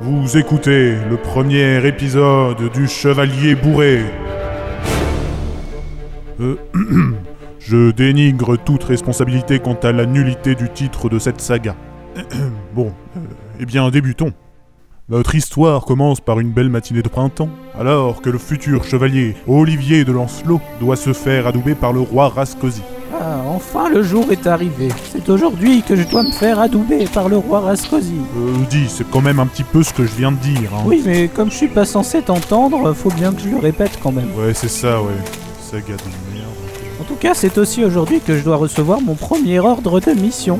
Vous écoutez le premier épisode du Chevalier Bourré. Euh, je dénigre toute responsabilité quant à la nullité du titre de cette saga. bon, euh, eh bien débutons. Notre histoire commence par une belle matinée de printemps, alors que le futur chevalier Olivier de Lancelot doit se faire adouber par le roi Rascosi. Ah, enfin le jour est arrivé. C'est aujourd'hui que je dois me faire adouber par le roi Rascosi. Euh, dis, c'est quand même un petit peu ce que je viens de dire. Hein. Oui, mais comme je suis pas censé t'entendre, faut bien que je le répète quand même. Ouais, c'est ça, ouais. Saga de merde. En tout cas, c'est aussi aujourd'hui que je dois recevoir mon premier ordre de mission.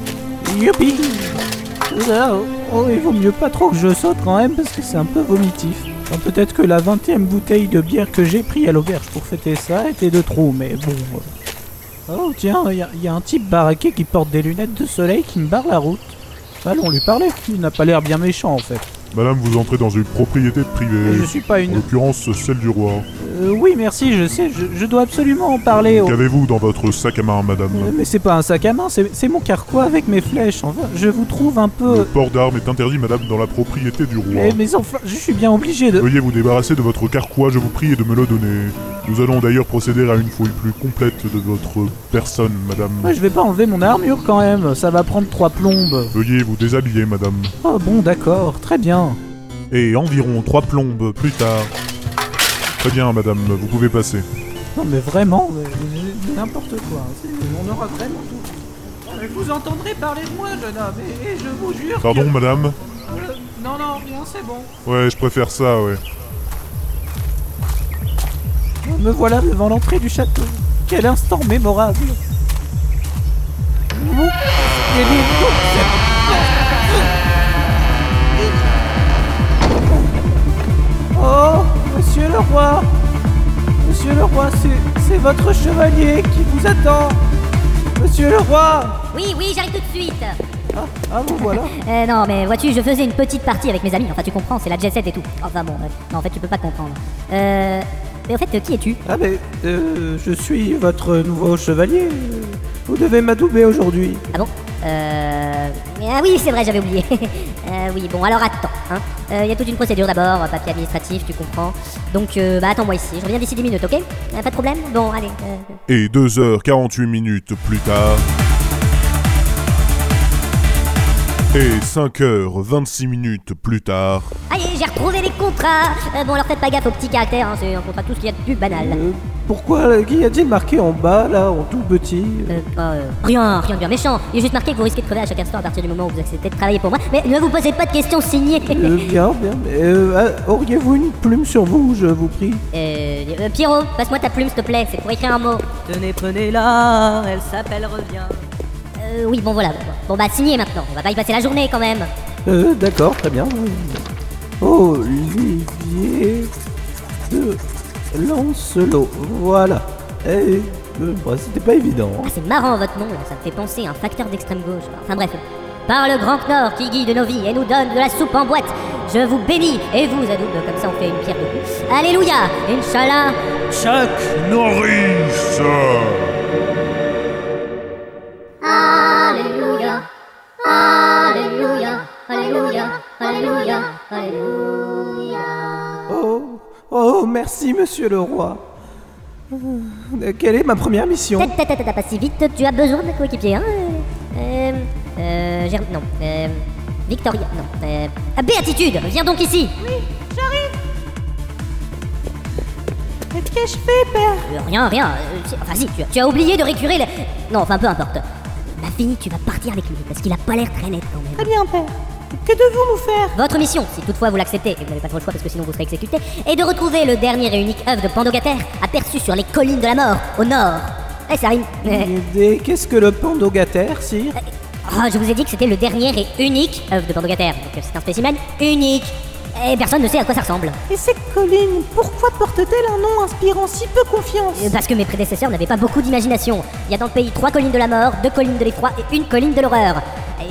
Youpi Ah, Oh, il vaut mieux pas trop que je saute quand même parce que c'est un peu vomitif. Enfin, Peut-être que la 20 e bouteille de bière que j'ai pris à l'auberge pour fêter ça était de trop, mais bon. euh. Oh tiens, il y, a- y a un type baraqué qui porte des lunettes de soleil qui me barre la route. Allons lui parler, il n'a pas l'air bien méchant en fait. Madame, vous entrez dans une propriété Et privée. je suis pas En une... l'occurrence, celle du roi. Euh, oui merci, je sais, je, je dois absolument en parler au... Qu'avez-vous dans votre sac à main, Euh, madame Mais c'est pas un sac à main, c'est c'est mon carquois avec mes flèches. Enfin, je vous trouve un Le peu. port d'armes est interdit, madame, dans la propriété du roi. Mais, mais enfin, je suis bien obligé de. Veuillez vous débarrasser de votre carquois, je vous prie, et de me le donner. Nous allons d'ailleurs procéder à une fouille plus complète de votre personne, Moi, madame. je vais pas enlever mon armure quand même, ça va prendre trois plombes. Veuillez vous déshabiller, madame. Oh bon, d'accord, très bien. Et environ trois plombes plus tard. Très bien, madame, vous pouvez passer. Non, mais vraiment, mais- mais n'importe quoi. c'est- On aura vraiment tout. Mais Vous entendrez parler de moi, jeune homme, et, et je vous jure. Pardon, madame que- Euh, Non, non, rien, c'est bon. Ouais, je préfère ça, ouais. Me voilà devant l'entrée du château. Quel instant mémorable. Ouh, il y a des loups. Oh, monsieur le roi. Monsieur le roi, c'est- c'est votre chevalier qui vous attend. Monsieur le roi. Oui, oui, j'arrive tout de suite. Ah, ah vous voilà. Euh, non, mais vois-tu, je faisais une petite partie avec mes amis. Enfin, tu comprends, c'est la jet set et tout. Enfin bon, bref. Non, en fait, tu peux pas comprendre. Euh. Mais au fait, euh, qui es-tu Ah mais, euh, je suis votre nouveau chevalier. Vous devez m'adouber aujourd'hui. Ah bon Euh. Ah oui, c'est vrai, j'avais oublié. euh, oui, bon, alors attends. Il hein. Euh, y a toute une procédure d'abord, papier administratif, tu comprends. Donc, euh, bah attends-moi ici. Je reviens d'ici 10 minutes, ok Euh, Pas de problème Bon, allez. euh, Et 2h48 minutes plus tard. Et 5h26 minutes plus tard. Allez, j'ai retrouvé les contrats Euh, Bon, alors faites pas gaffe aux petits caractères, hein, c'est un contrat tout ce qu'il y a de plus banal. Euh, pourquoi Qu'y a-t-il marqué en bas, là, en tout petit Euh, oh, euh, rien, rien de bien méchant. Il est juste marqué que vous risquez de crever à chaque instant à partir du moment où vous acceptez de travailler pour moi. Mais ne vous posez pas de questions signées. Euh, bien, bien. Euh, ah, Auriez-vous une plume sur vous, je vous prie Euh, euh, Pierrot, passe-moi ta plume, s'il te plaît. C'est pour écrire un mot. Tenez, prenez-la, elle s'appelle Reviens. Euh, oui, bon voilà. Bon bah signez maintenant. On va pas y passer la journée quand même. Euh, d'accord, très bien. Olivier de Lancelot, voilà. Eh, euh, bah, c'était pas évident. Ah, hein. c'est marrant votre nom. Là. Ça me fait penser à un facteur d'extrême gauche. Enfin bref. Par le grand Nord qui guide nos vies et nous donne de la soupe en boîte. Je vous bénis et vous adoube. Comme ça, on fait une pierre de coups. Alléluia, Inch'Allah. Nourrice Alléluia. Alléluia. Alléluia. Alléluia. Alléluia. Oh, oh, merci, monsieur le roi. Euh, quelle est ma première mission Tête, tête, tête, tête, pas si vite, tu as besoin de coéquipier, hein Euh. Euh. Germ- Non. Euh. Victoria. Non. Euh. ah, Béatitude Viens donc ici Qu'est-ce que je fais, père Euh, Rien, rien. euh, si- Enfin, si, tu, as- tu as oublié de récurer le. Non, enfin, peu importe. Ma fille, tu vas partir avec lui, parce qu'il a pas l'air très net quand même. Très bien, père. Que devons-nous faire Votre mission, si toutefois vous l'acceptez, et vous n'avez pas trop le choix parce que sinon vous serez exécuté, est de retrouver le dernier et unique œuvre de Pandocataire, aperçu sur les collines de la mort, au nord. Eh, ça rime. Euh, Et Qu'est-ce que le pandogataire, sire Oh, je vous ai dit que c'était le dernier et unique œuvre de Pandogataire, donc euh, c'est un spécimen unique. Et personne ne sait à quoi ça ressemble. Et cette colline, pourquoi porte-t-elle un nom inspirant si peu confiance Euh, Parce que mes prédécesseurs n'avaient pas beaucoup d'imagination. Il y a dans le pays trois collines de la mort, deux collines de l'effroi et une colline de l'horreur.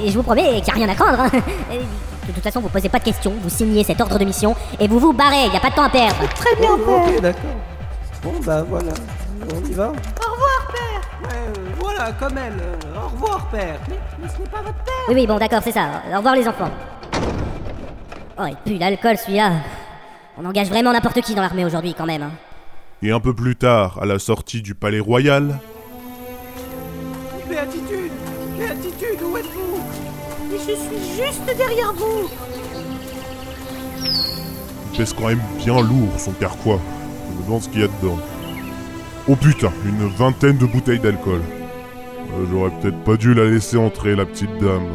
Et je vous promets qu'il n'y a rien à craindre. hein. Et De toute façon, vous posez pas de questions, vous signez cet ordre de mission et vous vous barrez, il n'y a pas de temps à perdre. Très bien, père. Ok, d'accord. Bon, bah voilà, on y va. Au revoir, père Ouais, euh, voilà, comme elle. euh, au revoir, père. Mais ce n'est pas votre père Oui, oui, bon, d'accord, c'est ça. Au revoir les enfants. Oh, il pue l'alcool celui-là. On engage vraiment n'importe qui dans l'armée aujourd'hui quand même. hein. Et un peu plus tard, à la sortie du palais royal, Béatitude Béatitude, où êtes-vous Mais je suis juste derrière vous il pèse quand même bien lourd son carquois. Je me demande ce qu'il y a dedans. Oh putain, une vingtaine de bouteilles d'alcool. Euh, J'aurais peut-être pas dû la laisser entrer, la petite dame.